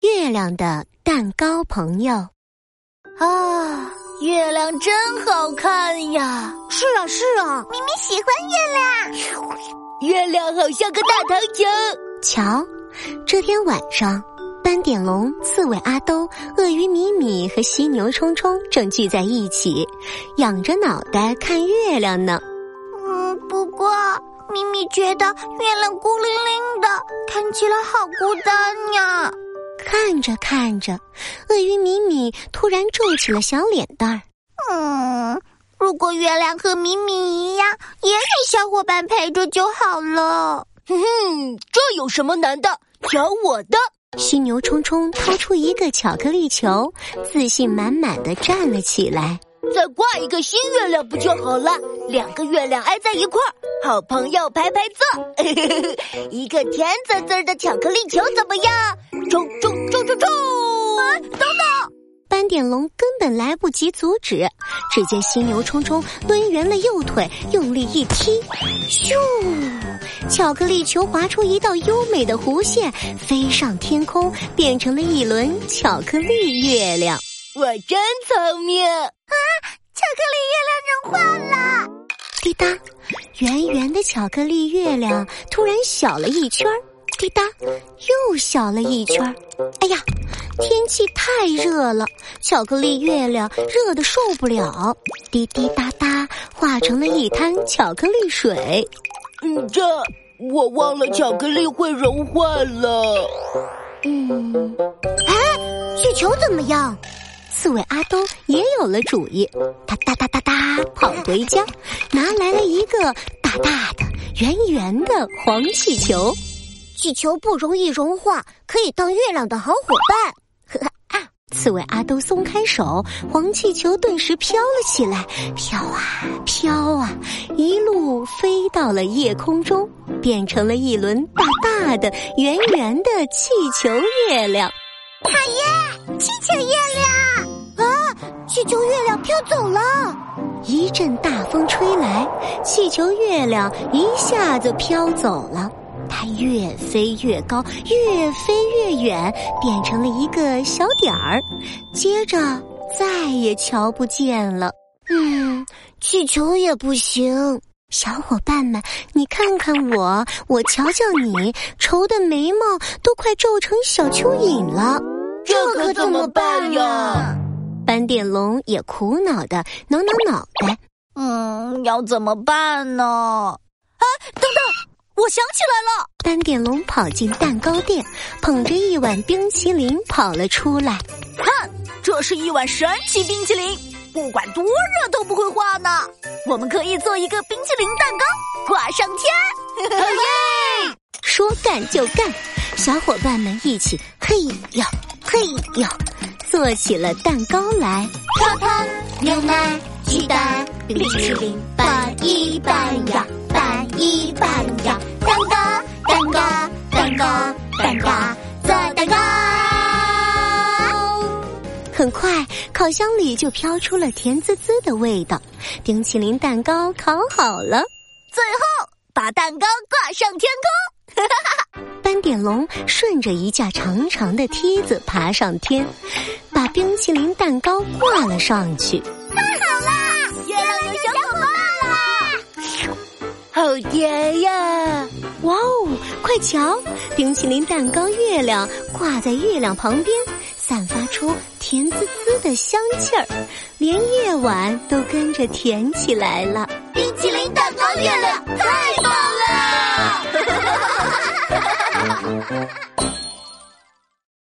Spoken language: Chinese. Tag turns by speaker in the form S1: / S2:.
S1: 月亮的蛋糕朋友。
S2: 啊，月亮真好看呀！
S3: 哎是啊，是啊，
S4: 咪咪喜欢月亮。
S2: 月亮好像个大糖球。
S1: 瞧，这天晚上，斑点龙、刺猬阿兜、鳄鱼米米和犀牛冲冲正聚在一起，仰着脑袋看月亮呢。
S4: 嗯，不过咪咪觉得月亮孤零零的，看起来好孤单呀。
S1: 看着看着，鳄鱼米米突然皱起了小脸蛋儿。
S4: 嗯，如果月亮和米米一样，也有小伙伴陪着就好了。
S2: 哼、嗯，这有什么难的？瞧我的！
S1: 犀牛冲冲掏出一个巧克力球，自信满满的站了起来。
S2: 再挂一个新月亮不就好了？两个月亮挨在一块儿，好朋友排排坐。 一个甜滋滋的巧克力球怎么样？冲冲冲冲冲！
S4: 啊，等等！
S1: 斑点龙根本来不及阻止，只见犀牛冲冲抡圆了右腿，用力一踢，咻！巧克力球划出一道优美的弧线，飞上天空，变成了一轮巧克力月亮。
S2: 我真聪明
S4: 啊！巧克力月亮融化了，
S1: 滴答，圆圆的巧克力月亮突然小了一圈儿，滴答，又小了一圈儿。哎呀，天气太热了，巧克力月亮热的受不了，滴滴答答化成了一滩巧克力水。
S2: 嗯，这我忘了巧克力会融化了。
S1: 嗯，
S3: 哎，雪球怎么样？
S1: 刺猬阿东也有了主意，他哒哒哒哒跑回家，拿来了一个大大的、圆圆的黄气球。
S3: 气球不容易融化，可以当月亮的好伙伴。呵
S1: 呵啊！刺猬阿东松开手，黄气球顿时飘了起来，飘啊飘啊，一路飞到了夜空中，变成了一轮大大的、圆圆的气球月亮。
S4: 讨厌，气球月亮
S3: 啊！气球月亮飘走了，
S1: 一阵大风吹来，气球月亮一下子飘走了。它越飞越高，越飞越远，变成了一个小点儿，接着再也瞧不见了。
S3: 嗯，气球也不行。
S1: 小伙伴们，你看看我，我瞧瞧你，愁的眉毛都快皱成小蚯蚓了，
S2: 这可怎么办呀？
S1: 斑点龙也苦恼的挠挠脑袋，
S2: 嗯，要怎么办呢？
S3: 哎，等等，我想起来了！
S1: 斑点龙跑进蛋糕店，捧着一碗冰淇淋跑了出来。
S3: 看，这是一碗神奇冰淇淋。不管多热都不会化呢。我们可以做一个冰淇淋蛋糕，挂上天。
S2: 耶
S1: 说干就干，小伙伴们一起嘿哟嘿哟，做起了蛋糕来。
S5: 砂糖、牛奶、鸡蛋，冰淇淋拌一拌呀，拌一拌呀，蛋糕蛋糕蛋糕蛋糕，做蛋糕。
S1: 很快，烤箱里就飘出了甜滋滋的味道。冰淇淋蛋糕烤好了，
S3: 最后把蛋糕挂上天
S1: 空。斑点龙顺着一架长长的梯子爬上天，把冰淇淋蛋糕挂了上去。
S4: 太好啦！
S3: 月亮有小伙
S2: 伴啦！好甜呀！
S1: 哇哦，快瞧，冰淇淋蛋糕月亮挂在月亮旁边。散发出甜滋滋的香气儿，连夜晚都跟着甜起来了。
S5: 冰淇淋蛋糕月亮太棒了！